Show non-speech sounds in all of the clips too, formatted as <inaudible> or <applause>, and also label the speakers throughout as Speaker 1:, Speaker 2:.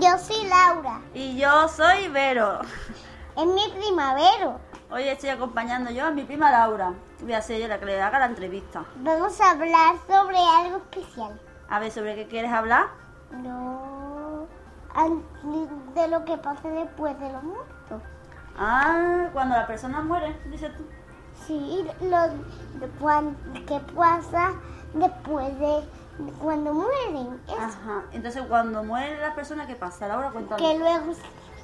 Speaker 1: Yo soy Laura.
Speaker 2: Y yo soy Vero.
Speaker 1: Es mi primavero.
Speaker 2: Hoy estoy acompañando yo a mi prima Laura. Voy a ser yo la que le haga la entrevista.
Speaker 1: Vamos a hablar sobre algo especial.
Speaker 2: A ver, ¿sobre qué quieres hablar?
Speaker 1: No. an- De lo que pasa después de los muertos.
Speaker 2: Ah, cuando la persona muere, dices tú.
Speaker 1: Sí, lo de cuan- que pasa después de de cuando mueren. Es
Speaker 2: Ajá. Entonces, cuando muere la persona, ¿qué pasa? Laura, cuéntame.
Speaker 1: que luego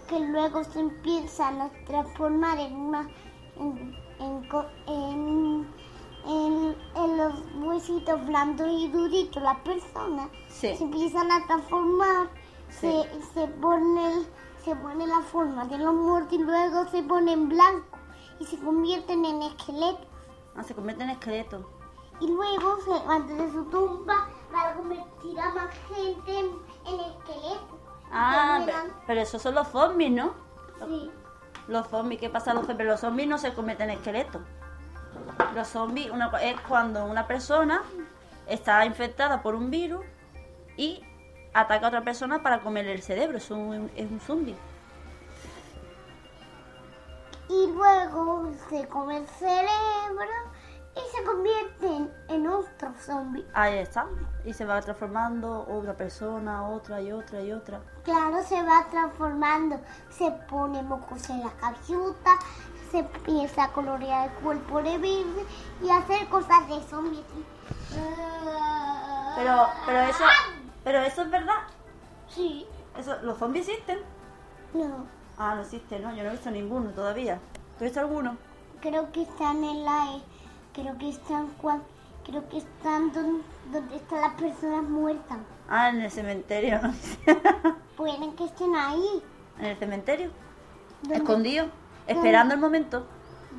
Speaker 1: que luego se empiezan a transformar en una en, en co- en- en- en los huesitos blandos y duritos las personas
Speaker 2: Sí.
Speaker 1: se empiezan a transformar
Speaker 2: Sí.
Speaker 1: se, se pone se pone la forma de los muertos y luego se ponen blancos y se convierten en esqueletos
Speaker 2: Ah, se convierte en esqueleto.
Speaker 1: y luego se levantan de su tumba para convertir a más gente en, en esqueletos
Speaker 2: Ah,
Speaker 1: Y
Speaker 2: pe-
Speaker 1: terminan-
Speaker 2: pero esos son los zombies, ¿no?
Speaker 1: sí.
Speaker 2: Los zombies, ¿qué pasa a los zombies? Los zombies no se convierten en esqueletos. Los zombies una co- es cuando una persona está infectada por un virus y ataca a otra persona para comer el cerebro. Es un, es un zombie.
Speaker 1: y luego se come el cerebro y se convierten en otro zombie.
Speaker 2: Ahí está. Y se va transformando otra persona, otra y otra y otra.
Speaker 1: Claro, se va transformando, se pone mocos en la cabezota, se empieza a colorear el cuerpo de verde y hacer cosas de zombie.
Speaker 2: Pero, pero eso, pero eso es verdad.
Speaker 1: Sí,
Speaker 2: Eso, los zombies existen.
Speaker 1: no,
Speaker 2: Ah, no existen, no. Yo no he visto ninguno todavía. ¿Tú has visto alguno?
Speaker 1: creo que están en la... eh, Creo que están cuan- Creo que están don- donde están las personas muertas.
Speaker 2: Ah, en el cementerio. ¿no? <laughs>
Speaker 1: Pueden que estén ahí.
Speaker 2: en el cementerio.
Speaker 1: donde-
Speaker 2: Escondido. Esperando el momento.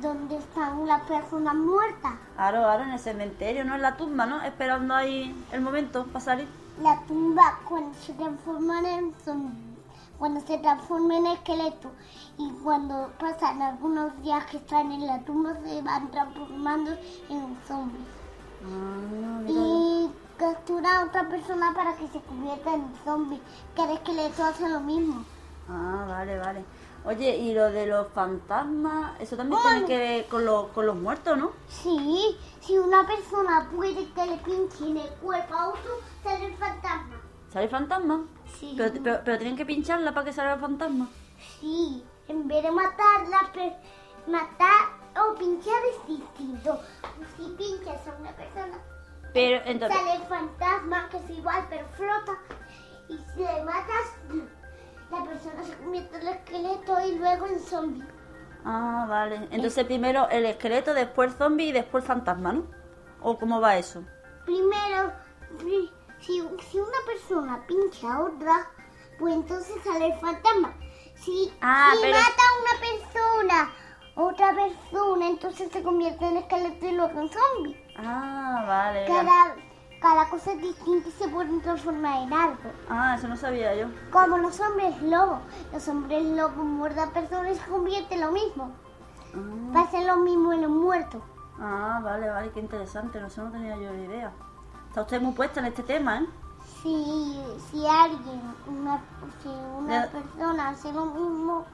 Speaker 1: donde están las personas muertas.
Speaker 2: Aro, aro, en el cementerio, no en la tumba, ¿no? Esperando ahí el momento para salir.
Speaker 1: La tumba cuando se transforman en zombi- cuando se transforma en esqueleto y cuando pasan algunos días que están en la tumba se van transformando en zombies.
Speaker 2: Ah, mira.
Speaker 1: Y captura a otra persona para que se convierta en zombie, que el esqueleto hace lo mismo.
Speaker 2: Ah, vale, vale. Oye, y lo de los fantasmas, eso también tiene que ver con, los- con los muertos, ¿no?
Speaker 1: Sí, si una persona puede que le pinche en el cuerpo a otro, sale el fantasma.
Speaker 2: ¿Sale el fantasma?
Speaker 1: Sí.
Speaker 2: Pero, pero, pero tienen que pincharla para que salga el fantasma.
Speaker 1: Sí, en vez de matarla, pe- matar o pinchar es distinto. Si pinchas a una persona,
Speaker 2: Pero entonces,
Speaker 1: sale el fantasma que es igual pero flota. Y si le matas, la persona se convierte en esqueleto y luego en zombie.
Speaker 2: ah, vale. Entonces primero el esqueleto, después el zombie y después el fantasma, ¿no? ¿O cómo va eso?
Speaker 1: Primero, pri- si, si una persona pincha a otra, pues entonces sale el fantasma. Si,
Speaker 2: Ah,
Speaker 1: si
Speaker 2: pero-
Speaker 1: mata a una persona, otra persona, entonces se convierte en esqueleto y luego en zombie.
Speaker 2: Ah, vale. vale.
Speaker 1: Cada, cada cosa es distinta y se pueden transformar en algo.
Speaker 2: Ah, eso no sabía yo.
Speaker 1: Como los hombres lobos. Los hombres lobos muerden a personas y se convierte en lo mismo.
Speaker 2: Ah.
Speaker 1: Pasa lo mismo en los muertos.
Speaker 2: Ah, vale, vale, qué interesante, no sé, no tenía yo ni idea. Está usted muy puesta en este tema, ¿eh?
Speaker 1: Si, si alguien, una, si una
Speaker 2: Ya.
Speaker 1: persona hace lo mismo,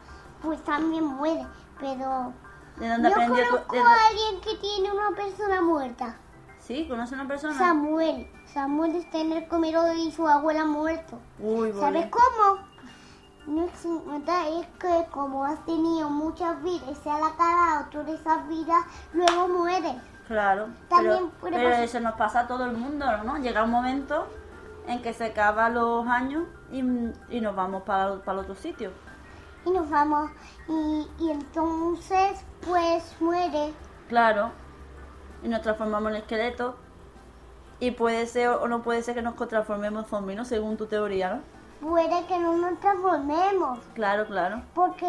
Speaker 1: pues también muere. Pero
Speaker 2: ¿De dónde
Speaker 1: yo
Speaker 2: aprendió? tu-
Speaker 1: conozco
Speaker 2: de
Speaker 1: a
Speaker 2: dó-
Speaker 1: alguien que tiene una persona muerta.
Speaker 2: Sí, conoce una persona.
Speaker 1: Samuel. Samuel está en el comedor y su abuela muerto.
Speaker 2: Uy, voy.
Speaker 1: ¿Sabes cómo? No se nota, es que como has tenido muchas vidas, se ha la otro de esas vidas, luego mueres.
Speaker 2: Claro.
Speaker 1: También
Speaker 2: pero,
Speaker 1: puede
Speaker 2: pero
Speaker 1: pasar.
Speaker 2: eso nos pasa a todo el mundo, ¿no? Llega un momento en que se acaban los años y, y nos vamos para, para otro sitio.
Speaker 1: Y nos vamos. Y, y entonces, pues muere.
Speaker 2: Claro. Y nos transformamos en esqueleto. Y puede ser o no puede ser que nos transformemos en zombies, ¿no? Según tu teoría, ¿no?
Speaker 1: Puede que no nos transformemos.
Speaker 2: Claro, claro.
Speaker 1: Porque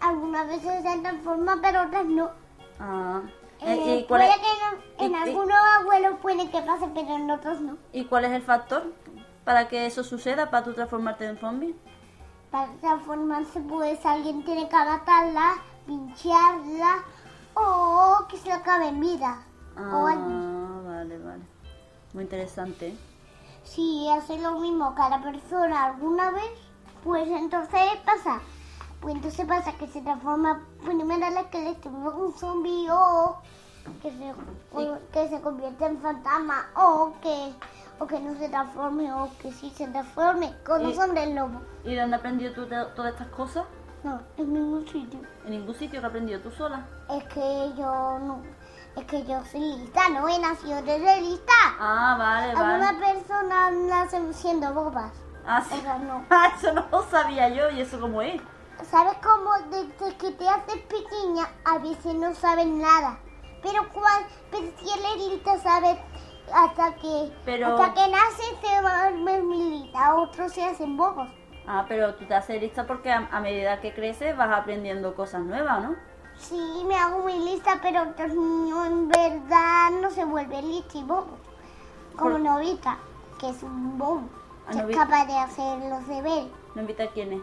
Speaker 1: algunas veces se transforma, pero otras no.
Speaker 2: Ah.
Speaker 1: Eh,
Speaker 2: ¿Y- y cuál es-
Speaker 1: puede que no- en
Speaker 2: y- y-
Speaker 1: algunos abuelos puede que pase, pero en otros no.
Speaker 2: ¿Y cuál es el factor para que eso suceda, para tú transformarte en zombie?
Speaker 1: Para transformarse, pues alguien tiene que matarla, pincharla o que se la acabe en vida. O algo.
Speaker 2: Ah, vale, vale. Muy interesante. ¿eh?
Speaker 1: Si hace lo mismo cada persona alguna vez, Pues entonces pasa. Pues entonces pasa que se transforma pues, primero el esqueleto en un zombie o que se, o que se convierte en fantasma o que, o que no se transforme o que sí se transforme con
Speaker 2: Y-
Speaker 1: los hombres lobo.
Speaker 2: ¿Y dónde has aprendido tú to- todas estas cosas?
Speaker 1: No, en ningún sitio.
Speaker 2: En ningún sitio que has aprendido tú sola.
Speaker 1: Es que yo no. Es que yo soy lista, no he nacido desde lista.
Speaker 2: Ah, vale,
Speaker 1: Algunas
Speaker 2: vale.
Speaker 1: personas nacen siendo bobas.
Speaker 2: Ah,
Speaker 1: <laughs>
Speaker 2: sí. <laughs>
Speaker 1: Esas no.
Speaker 2: Ah, eso no lo sabía yo y eso cómo es.
Speaker 1: ¿Sabes cómo desde que te haces pequeña a veces no sabes nada? Pero, cuan- pero si eres lista sabes hasta que,
Speaker 2: Pero-
Speaker 1: hasta que naces te vuelves milita, otros se hacen bobos.
Speaker 2: Ah, pero tú te haces lista porque a, a medida que creces vas aprendiendo cosas nuevas, ¿no?
Speaker 1: Sí, me hago muy lista, pero otros no, en verdad no se vuelve lista y bobo. Como
Speaker 2: Por-
Speaker 1: Novita, que es un bobo,
Speaker 2: Ah,
Speaker 1: que es
Speaker 2: Novita.
Speaker 1: capaz de hacer los deberes.
Speaker 2: ¿No invita a quiénes?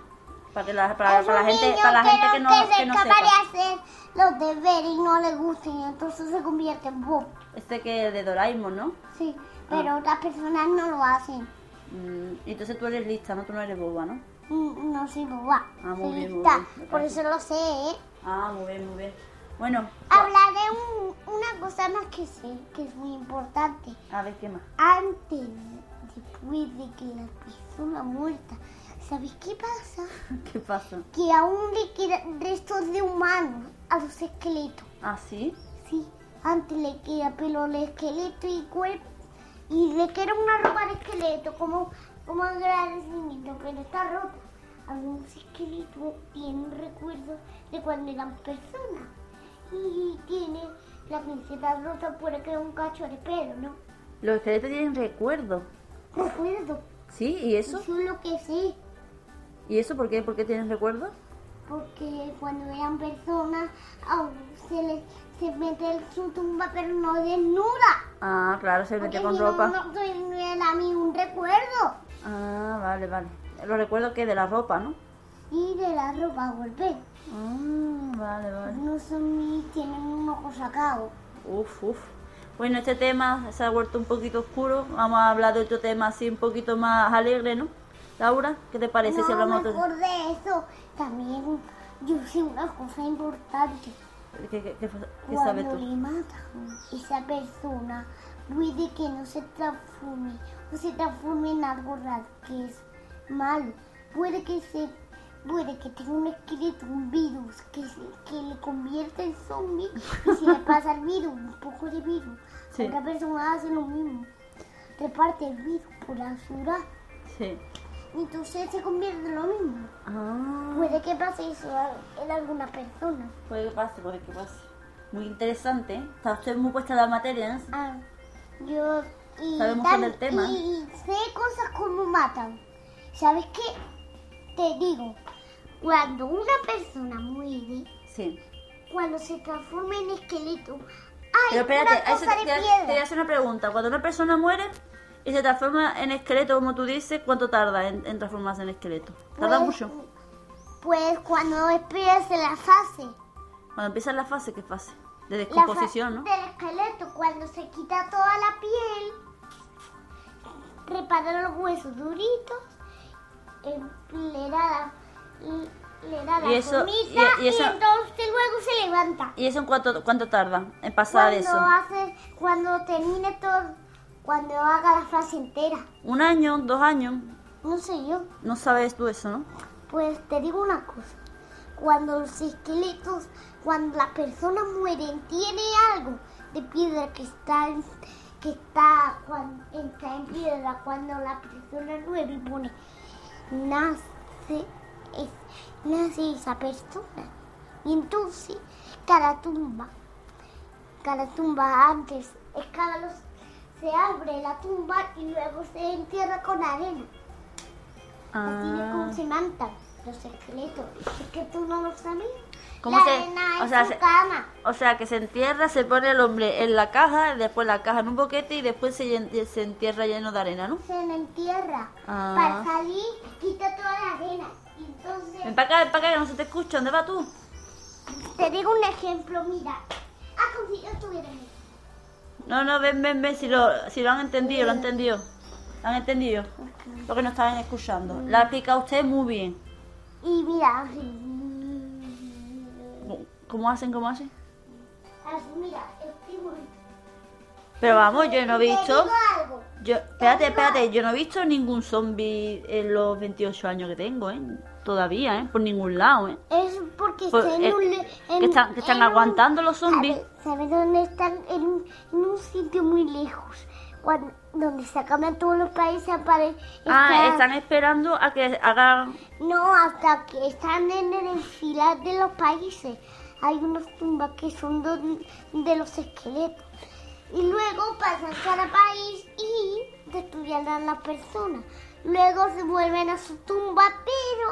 Speaker 2: Para que la, para,
Speaker 1: es
Speaker 2: para
Speaker 1: un
Speaker 2: la gente,
Speaker 1: niño
Speaker 2: para la gente que no, que
Speaker 1: es
Speaker 2: no
Speaker 1: capaz
Speaker 2: sepa.
Speaker 1: de hacer los deberes y no le gustan y entonces se convierte en bobo.
Speaker 2: Este que es de Doraemon, ¿no?
Speaker 1: Sí, pero otras personas no lo hacen.
Speaker 2: Mm, y entonces tú eres lista, ¿no? Tú no eres boba, ¿no?
Speaker 1: Mm, No soy boba,
Speaker 2: Ah, muy
Speaker 1: soy
Speaker 2: bien, muy
Speaker 1: lista,
Speaker 2: bien, me
Speaker 1: por
Speaker 2: parece.
Speaker 1: eso lo sé. ¿eh?
Speaker 2: Ah, muy bien, muy bien. Bueno,
Speaker 1: Hablaré un- una cosa más que sé, que es muy importante.
Speaker 2: a ver qué más. <laughs>
Speaker 1: Antes, después de que la persona muerta, ¿sabéis qué pasa?
Speaker 2: ¿Qué pasa?
Speaker 1: Que aún le quedan restos de humanos a los esqueletos.
Speaker 2: ¿Ah, sí?
Speaker 1: Sí, antes le queda pelo al esqueleto y cuerpo. Y le queda una ropa al esqueleto como, como agradecimiento, pero está rota. Algunos esqueletos tienen recuerdos de cuando eran personas. Y tiene la camiseta rota por acá un cacho de pelo, ¿no?
Speaker 2: Los esqueletos tienen recuerdos.
Speaker 1: Recuerdo.
Speaker 2: ¿Sí? ¿Y eso?
Speaker 1: Eso es lo que sé.
Speaker 2: ¿Y eso por qué? ¿Por qué tienes recuerdos?
Speaker 1: Porque cuando eran personas, aún se les se mete en su tumba, pero no desnuda.
Speaker 2: Ah, claro, se
Speaker 1: Porque
Speaker 2: mete con
Speaker 1: si no,
Speaker 2: ropa.
Speaker 1: No, soy- no era a mí un recuerdo.
Speaker 2: Ah, vale, vale. Lo recuerdo que de la ropa, ¿no?
Speaker 1: Y de la ropa golpe.
Speaker 2: Mm, vale, vale.
Speaker 1: No son ni tienen un ojo sacado.
Speaker 2: Uf, uf. Bueno, este tema se ha vuelto un poquito oscuro. Vamos a hablar de otro tema así un poquito más alegre, ¿no? Laura, ¿qué te parece
Speaker 1: no,
Speaker 2: si hablamos otro-
Speaker 1: mejor de eso. También yo sé una cosa importante.
Speaker 2: ¿Qué, qué- qué- qué sabes
Speaker 1: Cuando
Speaker 2: tú?
Speaker 1: le matan, esa persona puede que no se transforme o se transforme en algo raro que es malo. Puede que se puede que tenga un esqueleto, un virus que, se- que le convierte en zombie y
Speaker 2: <laughs>
Speaker 1: se le pasa el virus, un poco de virus.
Speaker 2: Sí.
Speaker 1: Otra persona hace lo mismo, reparte el virus por la ciudad
Speaker 2: Sí.
Speaker 1: y entonces se convierte en lo mismo.
Speaker 2: Ah,
Speaker 1: Puede que pase eso a- en alguna persona.
Speaker 2: puede que pase, puede que pase. Muy interesante. ¿eh? Está usted muy puesta en la materia, ¿eh?
Speaker 1: Ah, yo y,
Speaker 2: Sabe mucho del tema.
Speaker 1: y sé cosas como matan. ¿Sabes qué? Te digo, cuando una persona muere,
Speaker 2: Sí.
Speaker 1: cuando se transforma en esqueleto, hay
Speaker 2: Pero espérate,
Speaker 1: una
Speaker 2: a eso
Speaker 1: cosa
Speaker 2: te,
Speaker 1: de
Speaker 2: te-
Speaker 1: piedra.
Speaker 2: te voy a hacer una pregunta. Cuando una persona muere y se transforma en esqueleto, como tú dices, ¿cuánto tarda en, en transformarse en esqueleto? Tarda
Speaker 1: Pues,
Speaker 2: mucho.
Speaker 1: Pues cuando espera se la fase.
Speaker 2: Cuando empieza la fase, ¿qué fase? De
Speaker 1: La
Speaker 2: descomposición,
Speaker 1: fase
Speaker 2: ¿no?
Speaker 1: del esqueleto, cuando se quita toda la piel, repara los huesos duritos, em, le da la, le da la
Speaker 2: Y eso-
Speaker 1: comida
Speaker 2: y-
Speaker 1: y,
Speaker 2: y eso-
Speaker 1: entonces luego se levanta.
Speaker 2: ¿Y eso en cuánto, cuánto tarda en pasar
Speaker 1: Cuando
Speaker 2: eso?
Speaker 1: hace, cuando termine todo, cuando haga la fase entera.
Speaker 2: ¿Un año? ¿Dos años?
Speaker 1: No sé yo,
Speaker 2: No sabes tú eso, ¿no?
Speaker 1: pues te digo una cosa. Cuando los esqueletos, cuando las personas mueren, tiene algo de piedra que está en, que está, cuando, está en piedra. Cuando la persona muere y pone, nace, es- nace esa persona. Y entonces, cada tumba, cada tumba antes, es cada los, se abre la tumba y luego se entierra con arena. Así es como
Speaker 2: Ah,
Speaker 1: se matan los esqueletos. Es que tú no lo sabías.
Speaker 2: ¿Cómo
Speaker 1: la
Speaker 2: se-
Speaker 1: arena
Speaker 2: o
Speaker 1: en
Speaker 2: sea,
Speaker 1: su
Speaker 2: se-
Speaker 1: cama.
Speaker 2: o sea, que se entierra, se pone el hombre en la caja, después la caja en un boquete y después se, llen- se entierra lleno de arena, ¿no?
Speaker 1: Se la entierra.
Speaker 2: Ah.
Speaker 1: Para salir, quita toda la arena. Y entonces,
Speaker 2: Ven para acá, ven para acá, que no se te escucha. ¿Dónde vas tú?
Speaker 1: te digo un ejemplo, mira. Ah, como si yo estuviera ahí.
Speaker 2: No, no, ven, ven, ven, si lo, si lo han entendido, lo han entendido. ¿Han entendido? Lo que nos estaban escuchando. La ha explicado usted muy bien.
Speaker 1: Y mira, así.
Speaker 2: ¿Cómo hacen? ¿Cómo hacen?
Speaker 1: Así, mira, escribo.
Speaker 2: Pero vamos, yo no he
Speaker 1: Te
Speaker 2: visto.
Speaker 1: digo algo.
Speaker 2: Yo, espérate, espérate, yo no he visto ningún zombie en los 28 años que tengo, ¿eh? Todavía, ¿eh? Por ningún lado, ¿eh?
Speaker 1: Es porque
Speaker 2: Por-
Speaker 1: está en
Speaker 2: eh,
Speaker 1: un le-
Speaker 2: que
Speaker 1: en-
Speaker 2: están- que están
Speaker 1: en un-
Speaker 2: aguantando los zombies.
Speaker 1: ¿Sabe- ¿Sabe dónde están? En, un- en un sitio muy lejos. Cuando, donde se acaban todos los países apare-
Speaker 2: Ah,
Speaker 1: está-
Speaker 2: están esperando a que hagan...
Speaker 1: No, hasta que están en el enfilar de los países. Hay unas tumbas que son don- de los esqueletos. Y luego pasan cada país y destruyen a las personas. Luego se vuelven a su tumba, pero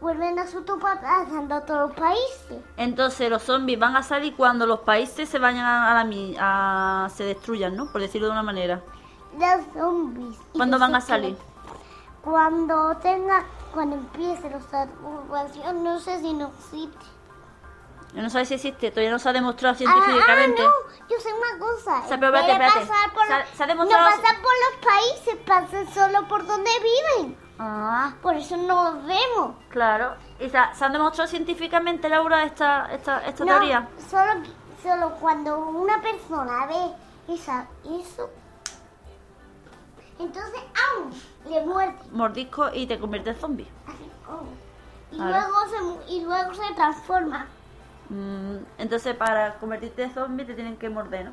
Speaker 1: vuelven a su tumba pasando a todos los países.
Speaker 2: Entonces los zombies van a salir cuando los países se vayan a la... mi- a- se destruyan, ¿no? Por decirlo de una manera.
Speaker 1: Los zombies. y
Speaker 2: ¿Cuándo
Speaker 1: los
Speaker 2: van a salir?
Speaker 1: esqueletos. Cuando tenga, cuando empiece la ocupación, no sé si no existe.
Speaker 2: Yo no sé si existe, todavía no se ha demostrado
Speaker 1: Ah,
Speaker 2: científicamente.
Speaker 1: no, yo sé una cosa.
Speaker 2: O sea, pero espérate,
Speaker 1: En vez de
Speaker 2: espérate.
Speaker 1: pasar por
Speaker 2: Se ha-
Speaker 1: los-
Speaker 2: se ha demostrado-
Speaker 1: No pasan por los países, pasan solo por donde viven.
Speaker 2: Ah,
Speaker 1: Por eso no los vemos.
Speaker 2: claro. ¿Y se, ha- se han demostrado científicamente, Laura, esta, esta, esta
Speaker 1: No,
Speaker 2: teoría?
Speaker 1: solo, solo cuando una persona ve esa, eso, entonces aún le muerde.
Speaker 2: Mordisco y te conviertes en zombie.
Speaker 1: Así, au. Y
Speaker 2: Claro.
Speaker 1: luego, se, mu- y luego se transforma.
Speaker 2: Mm, entonces, para convertirte en zombie te tienen que morder, ¿no?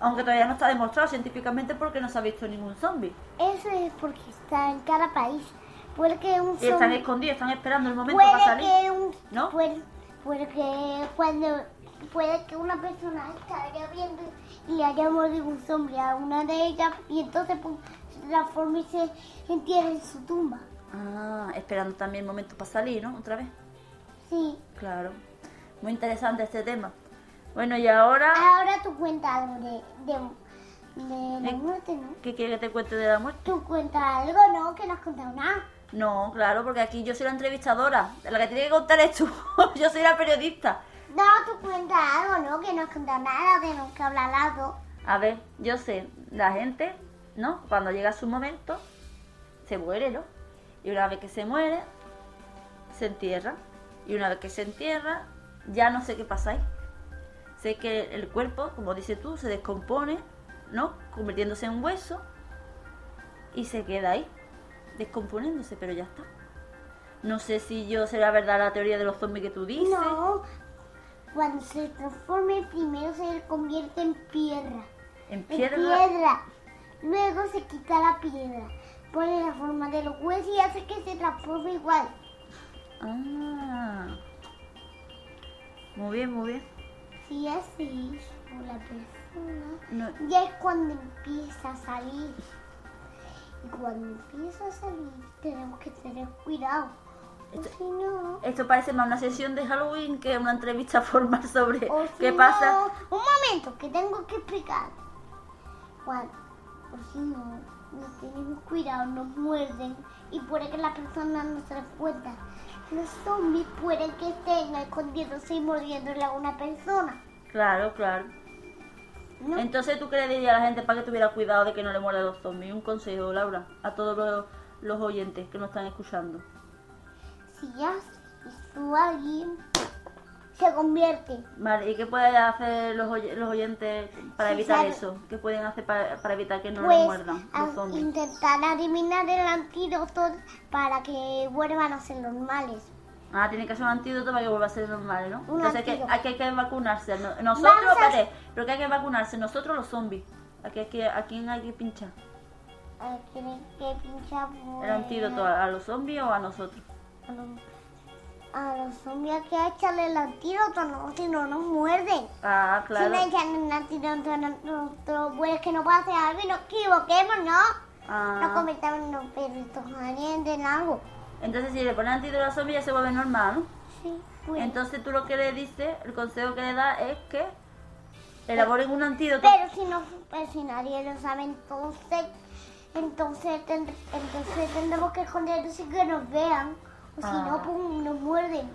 Speaker 2: Aunque todavía no está demostrado científicamente porque no se ha visto ningún zombie.
Speaker 1: Eso es porque está en cada país. Puede que un
Speaker 2: Y están
Speaker 1: zombi-
Speaker 2: escondidos, están esperando el momento para
Speaker 1: puede
Speaker 2: salir.
Speaker 1: que un
Speaker 2: ¿no?
Speaker 1: puede, puede que cuando puede que una persona esté viendo y le haya mordido un zombie a una de ellas y entonces pum, se transforma y se entierra en su tumba
Speaker 2: Ah, esperando también el momento para salir, ¿no? Otra vez.
Speaker 1: sí
Speaker 2: Claro. Muy interesante este tema. Bueno, y ahora,
Speaker 1: ahora tú cuentas algo de de, de la
Speaker 2: Eh.
Speaker 1: muerte no
Speaker 2: ¿qué quiere que te cuente de la muerte?
Speaker 1: tú cuentas algo no que no has contado nada
Speaker 2: No, claro, porque aquí yo soy la entrevistadora. La que tiene que contar es tú. <laughs> yo soy la periodista.
Speaker 1: no tú cuentas algo no que no has contado nada de nunca hablar algo
Speaker 2: A ver, yo sé, la gente, ¿no? Cuando llega su momento, se muere, ¿no? Y una vez que se muere, se entierra. Y una vez que se entierra, ya no sé qué pasa ahí. Sé que el cuerpo, como dices tú, se descompone, ¿no? Convirtiéndose en hueso y se queda ahí, descomponiéndose, pero ya está. No sé si yo será verdad la teoría de los zombies que tú dices.
Speaker 1: no cuando se transforme primero se convierte en piedra
Speaker 2: En
Speaker 1: de
Speaker 2: piedra.
Speaker 1: piedra. Luego se quita la piedra, pone la forma de los huesos y hace que se transforme igual.
Speaker 2: Ah. Muy bien, muy bien.
Speaker 1: Si así hizo la persona,
Speaker 2: No,
Speaker 1: ya es cuando empieza a salir. Y cuando empieza a salir, tenemos que tener cuidado. O si no.
Speaker 2: Esto parece más una sesión de Halloween que una entrevista <laughs> formal sobre
Speaker 1: o si
Speaker 2: <laughs> qué
Speaker 1: Oh, no-
Speaker 2: pasa.
Speaker 1: Un momento, que tengo que explicar. Cuando, o si no, no tenemos cuidado, nos muerden y puede que la persona no se dé cuenta. Los zombies pueden que estén escondiéndose y mordiéndole a una persona.
Speaker 2: Claro, claro.
Speaker 1: ¿no?
Speaker 2: Entonces, ¿tú qué le dirías a la gente para que tuviera cuidado de que no le muerdan los zombies? Un consejo, Laura, a todos los, los oyentes que nos están escuchando.
Speaker 1: si ya hizo alguien, se convierte.
Speaker 2: Vale, ¿y qué pueden hacer los, oy- los oyentes para
Speaker 1: Sí,
Speaker 2: evitar
Speaker 1: sabe.
Speaker 2: eso? ¿Qué pueden hacer para, para evitar que no les
Speaker 1: Pues
Speaker 2: muerdan
Speaker 1: a-
Speaker 2: los zombies?
Speaker 1: intentar adivinar el antídoto para que vuelvan a ser normales.
Speaker 2: Ah, tiene que ser un antídoto para que vuelva a ser normal, ¿no?
Speaker 1: Un
Speaker 2: Entonces que,
Speaker 1: antídoto.
Speaker 2: hay, que, hay que vacunarse. No- Nosotros,
Speaker 1: Vamos a-
Speaker 2: espérate, pero que hay que vacunarse. Nosotros los zombies. Aquí, aquí, ¿A quién hay que pinchar?
Speaker 1: Eh, tienen que pinchar
Speaker 2: ¿El antídoto
Speaker 1: a,
Speaker 2: a, a los zombies o a nosotros?
Speaker 1: los- a los zombies hay que echarle el antídoto, no, si no nos muerden.
Speaker 2: Ah,
Speaker 1: Si no
Speaker 2: claro.
Speaker 1: echan el antídoto a nosotros, pues que no pase algo y nos equivoquemos, ¿no? Nos
Speaker 2: Ah,
Speaker 1: convirtamos en los perritos calientes, en algo.
Speaker 2: entonces si le pones antídoto a los zombies ya se vuelve normal, ¿no?
Speaker 1: Sí, pues.
Speaker 2: Entonces tú lo que le dices, el consejo que le das es que elaboren un antídoto.
Speaker 1: pero si no, pero si nadie lo sabe, entonces, entonces, tend- entonces tendremos que escondernos y que nos vean. O si
Speaker 2: Ah.
Speaker 1: no, pues nos muerden.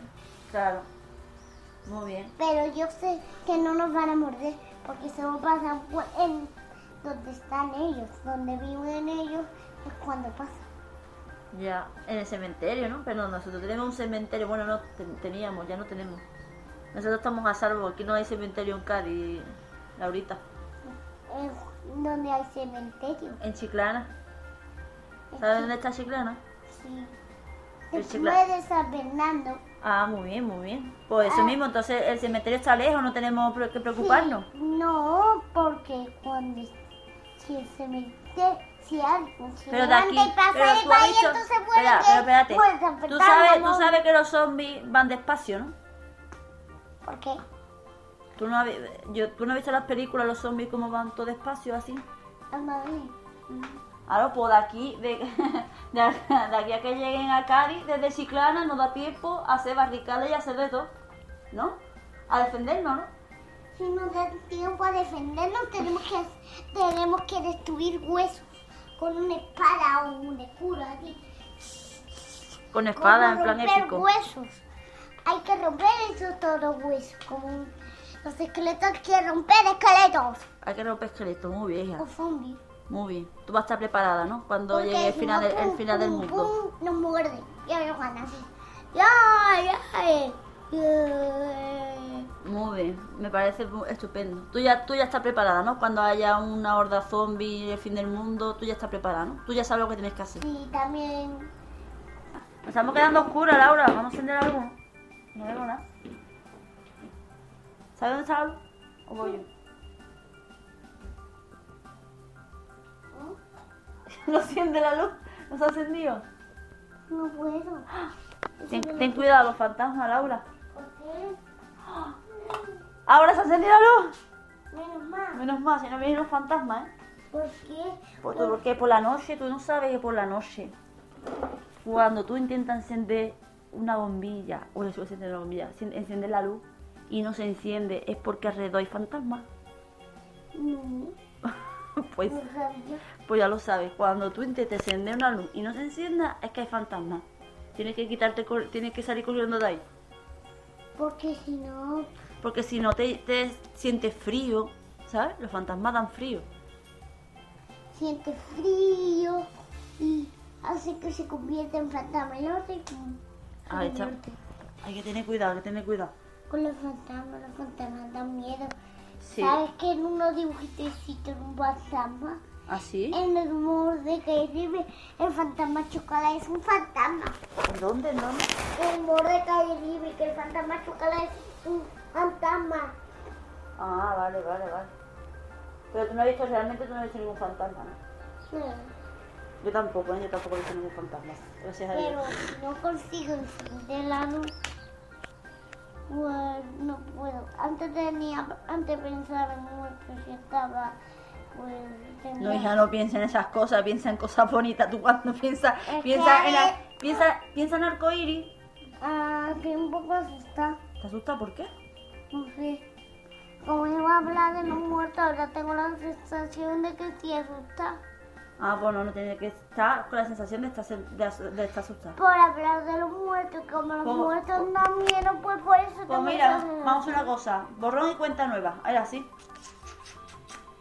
Speaker 2: Claro. Muy bien.
Speaker 1: Pero yo sé que no nos van a morder porque se lo pasan por- en, donde están ellos, donde viven ellos, es cuando pasa.
Speaker 2: Ya, en el cementerio, ¿no? Pero nosotros tenemos un cementerio, bueno, no ten- teníamos, ya no tenemos. Nosotros estamos a salvo, aquí no hay cementerio en Cádiz, Laurita.
Speaker 1: Es donde hay cementerio.
Speaker 2: En Chiclana.
Speaker 1: Es
Speaker 2: ¿Sabes
Speaker 1: que-
Speaker 2: dónde está Chiclana?
Speaker 1: Sí.
Speaker 2: Ah, El
Speaker 1: Después
Speaker 2: chicla-
Speaker 1: de San Fernando.
Speaker 2: Ah, muy bien, muy bien. Pues eso
Speaker 1: Ah.
Speaker 2: mismo, entonces el cementerio está lejos, no tenemos pre- que preocuparnos.
Speaker 1: Sí, no, porque cuando si el cementerio, si algo, si
Speaker 2: Pero de
Speaker 1: levanta
Speaker 2: aquí,
Speaker 1: y pasa
Speaker 2: pero
Speaker 1: el
Speaker 2: tú has
Speaker 1: valle,
Speaker 2: visto-
Speaker 1: entonces vuelve
Speaker 2: espera, pero espérate.
Speaker 1: pues, San
Speaker 2: Tú
Speaker 1: Fernando,
Speaker 2: sabes, tú
Speaker 1: ¿no?
Speaker 2: sabes que los zombies van despacio, ¿no?
Speaker 1: ¿Por qué?
Speaker 2: ¿Tú no, has, vi- yo, ¿Tú no has visto las películas, los zombies, cómo van todo despacio así?
Speaker 1: Ah, madre.
Speaker 2: Ahora, pues de aquí, de, <laughs> de, de aquí a que lleguen a Cádiz, desde Chiclana, nos da tiempo a hacer barricadas y a hacer de todo, ¿no? A defendernos, ¿no?
Speaker 1: Si nos da tiempo a defendernos, tenemos que, tenemos que destruir huesos con una espada o un escudo. Así.
Speaker 2: Con
Speaker 1: ¿Cómo romper huesos? Hay que romper esos todos huesos. Como un- los esqueletos hay que romper esqueletos.
Speaker 2: Hay que romper esqueletos, muy bien, hija.
Speaker 1: O zombies.
Speaker 2: Muy bien. Tú vas a estar preparada, ¿no? Cuando
Speaker 1: Porque
Speaker 2: llegue el
Speaker 1: si
Speaker 2: final,
Speaker 1: no,
Speaker 2: del, el
Speaker 1: pum,
Speaker 2: final del
Speaker 1: pum,
Speaker 2: mundo.
Speaker 1: pum, Nos muerden. Ya lo van así. Ya, ya. ya.
Speaker 2: Muy bien, me parece mu- estupendo. Tú ya, tú ya estás preparada, ¿no? Cuando haya una horda zombie, el fin del mundo, tú ya estás preparada, ¿no? Tú ya sabes lo que tienes que hacer.
Speaker 1: Sí, también.
Speaker 2: Nos estamos quedando oscuras, Laura. Vamos a encender algo. No veo nada. ¿Sabes dónde está la luz? ¿O voy yo? <laughs> ¿No enciende la luz? ¿No se ha encendido?
Speaker 1: No puedo.
Speaker 2: Ten, ten cuidado, los fantasmas, Laura.
Speaker 1: ¿Por qué?
Speaker 2: ahora se ha encendido la luz!
Speaker 1: Menos mal.
Speaker 2: Menos mal, si no vienen los fantasmas, ¿eh?
Speaker 1: ¿Por qué?
Speaker 2: Por- Porque por la noche, tú no sabes que por la noche, cuando tú intentas encender una bombilla, o eso encender una bombilla, sin- encender la luz y no se enciende, es porque alrededor hay fantasmas. <laughs>
Speaker 1: Mm,
Speaker 2: pues,
Speaker 1: no sabía.
Speaker 2: pues ya lo sabes, cuando tú intentes encender una luz y no se encienda, es que hay fantasmas. Tienes que quitarte, cor- tienes que salir corriendo de ahí.
Speaker 1: Porque si no,
Speaker 2: Porque si no te, te sientes frío, ¿sabes? Los fantasmas dan frío.
Speaker 1: siente frío y hace que se convierta en fantasma. Y luego se-
Speaker 2: Ahí está.
Speaker 1: se convierte
Speaker 2: Hay que tener cuidado, hay que tener cuidado.
Speaker 1: Con los fantasmas, los fantasmas dan miedo.
Speaker 2: Sí.
Speaker 1: ¿Sabes que en unos dibujitos en un fantasma?
Speaker 2: ¿Así?
Speaker 1: En el humor de que vive el fantasma chocolate es un fantasma.
Speaker 2: ¿Dónde? ¿En ¿Dónde?
Speaker 1: El humor de calle libre, que el fantasma chocolate es un fantasma.
Speaker 2: Ah, vale, vale, vale. Pero tú no has visto, realmente tú no has visto ningún fantasma, ¿no?
Speaker 1: Sí.
Speaker 2: Yo tampoco, ¿eh? Yo tampoco he visto ningún fantasma. Gracias a
Speaker 1: Pero
Speaker 2: Dios.
Speaker 1: si no consigo encender la luz, pues no puedo. Antes tenía, antes pensaba en mucho si estaba, pues tenía...
Speaker 2: No, hija, no piensa en esas cosas, piensa en cosas bonitas. Tú cuando piensas,
Speaker 1: Es
Speaker 2: piensa
Speaker 1: que-
Speaker 2: en, la- piensa, piensa en arcoíris.
Speaker 1: Ah, estoy un poco asustada,
Speaker 2: ¿Te asusta por qué?
Speaker 1: no sé. Como iba a hablar de los muertos, ahora tengo la sensación de que estoy asustada.
Speaker 2: Ah, bueno, no tiene que estar con la sensación de estar, sen- de, as- de estar asustada.
Speaker 1: Por hablar de los muertos, como los
Speaker 2: Pues-
Speaker 1: muertos dan miedo, pues por eso
Speaker 2: Pues
Speaker 1: tengo
Speaker 2: mira,
Speaker 1: esa
Speaker 2: vamos- vamos a hacer una cosa. Borrón y cuenta nueva. Ahora así.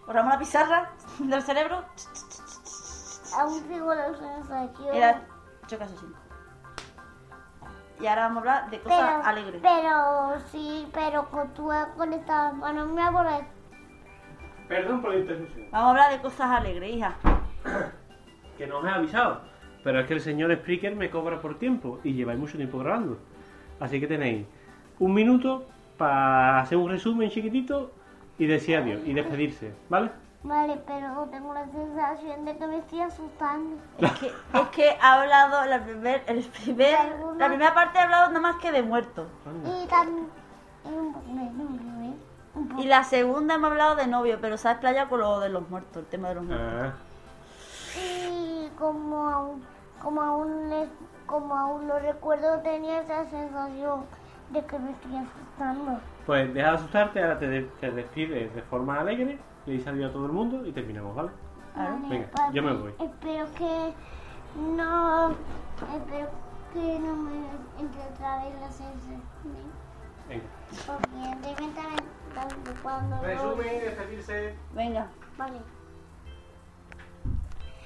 Speaker 2: Borramos la pizarra <laughs> del cerebro
Speaker 1: sensación. Aún sigo la sensación.
Speaker 2: y la chocas así. Y ahora vamos a hablar de cosas
Speaker 1: Pero,
Speaker 2: alegres.
Speaker 1: pero sí, pero con tu con esta mano me aburre.
Speaker 3: Perdón por la interrupción,
Speaker 2: Vamos a hablar de cosas alegres, hija.
Speaker 3: que no os he avisado. Pero es que el señor Spreaker me cobra por tiempo y lleváis mucho tiempo grabando. Así que tenéis un minuto para hacer un resumen chiquitito y decir adiós y despedirse, ¿vale?
Speaker 1: Vale, pero tengo la sensación de que me estoy asustando.
Speaker 2: Es <laughs> que, es que ha hablado la, primer, el primer, la primera parte ha hablado nada más que de muertos.
Speaker 3: Mm.
Speaker 1: Y también y un poco ¿eh? me- me- me- un poco.
Speaker 2: Y la segunda me ha hablado de novio, pero se ha explayado con lo de los muertos, el tema de los muertos.
Speaker 3: Ah,
Speaker 1: Y como aún, como aún le- como aún lo recuerdo tenía esa sensación de que me estoy asustando.
Speaker 3: pues deja de asustarte, ahora te, de- te despides de forma alegre, le dices adiós a todo el mundo y terminamos, ¿vale?
Speaker 2: Claro.
Speaker 1: Vale,
Speaker 3: Venga, yo me voy.
Speaker 1: Espero que no espero que no me entre otra vez la sensación.
Speaker 3: Venga.
Speaker 1: Porque de venta me- cuando- cuando no-
Speaker 3: despedirse.
Speaker 2: Venga.
Speaker 1: Vale.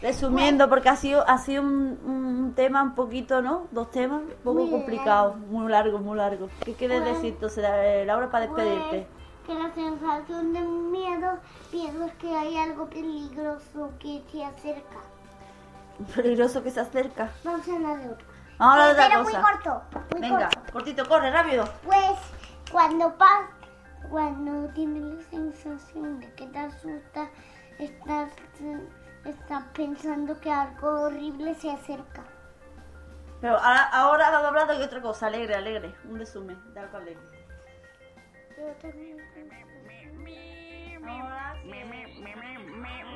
Speaker 2: Resumiendo, porque ha sido, ha sido un, un tema un poquito, ¿no? Dos temas un poco
Speaker 1: Muy
Speaker 2: complicados, muy largos, muy largos. ¿Qué quieres
Speaker 1: Bueno.
Speaker 2: decir entonces, eh, Laura, para despedirte?
Speaker 1: Pues, que la sensación de miedo, pienso que hay algo peligroso que se acerca.
Speaker 2: Peligroso que se acerca.
Speaker 1: Vamos a hablar de otra.
Speaker 2: Vamos a hablar de
Speaker 1: Pero
Speaker 2: otra cosa.
Speaker 1: muy corto. Muy
Speaker 2: Venga,
Speaker 1: corto.
Speaker 2: cortito, corre, rápido.
Speaker 1: Pues cuando pasa, cuando tienes la sensación de que te asusta, estás, estás pensando que algo horrible se acerca.
Speaker 2: Pero ahora, ahora vamos a hablar de otra cosa, alegre, alegre. Un resumen de algo alegre.
Speaker 1: Yo también pienso
Speaker 2: Ahora sí.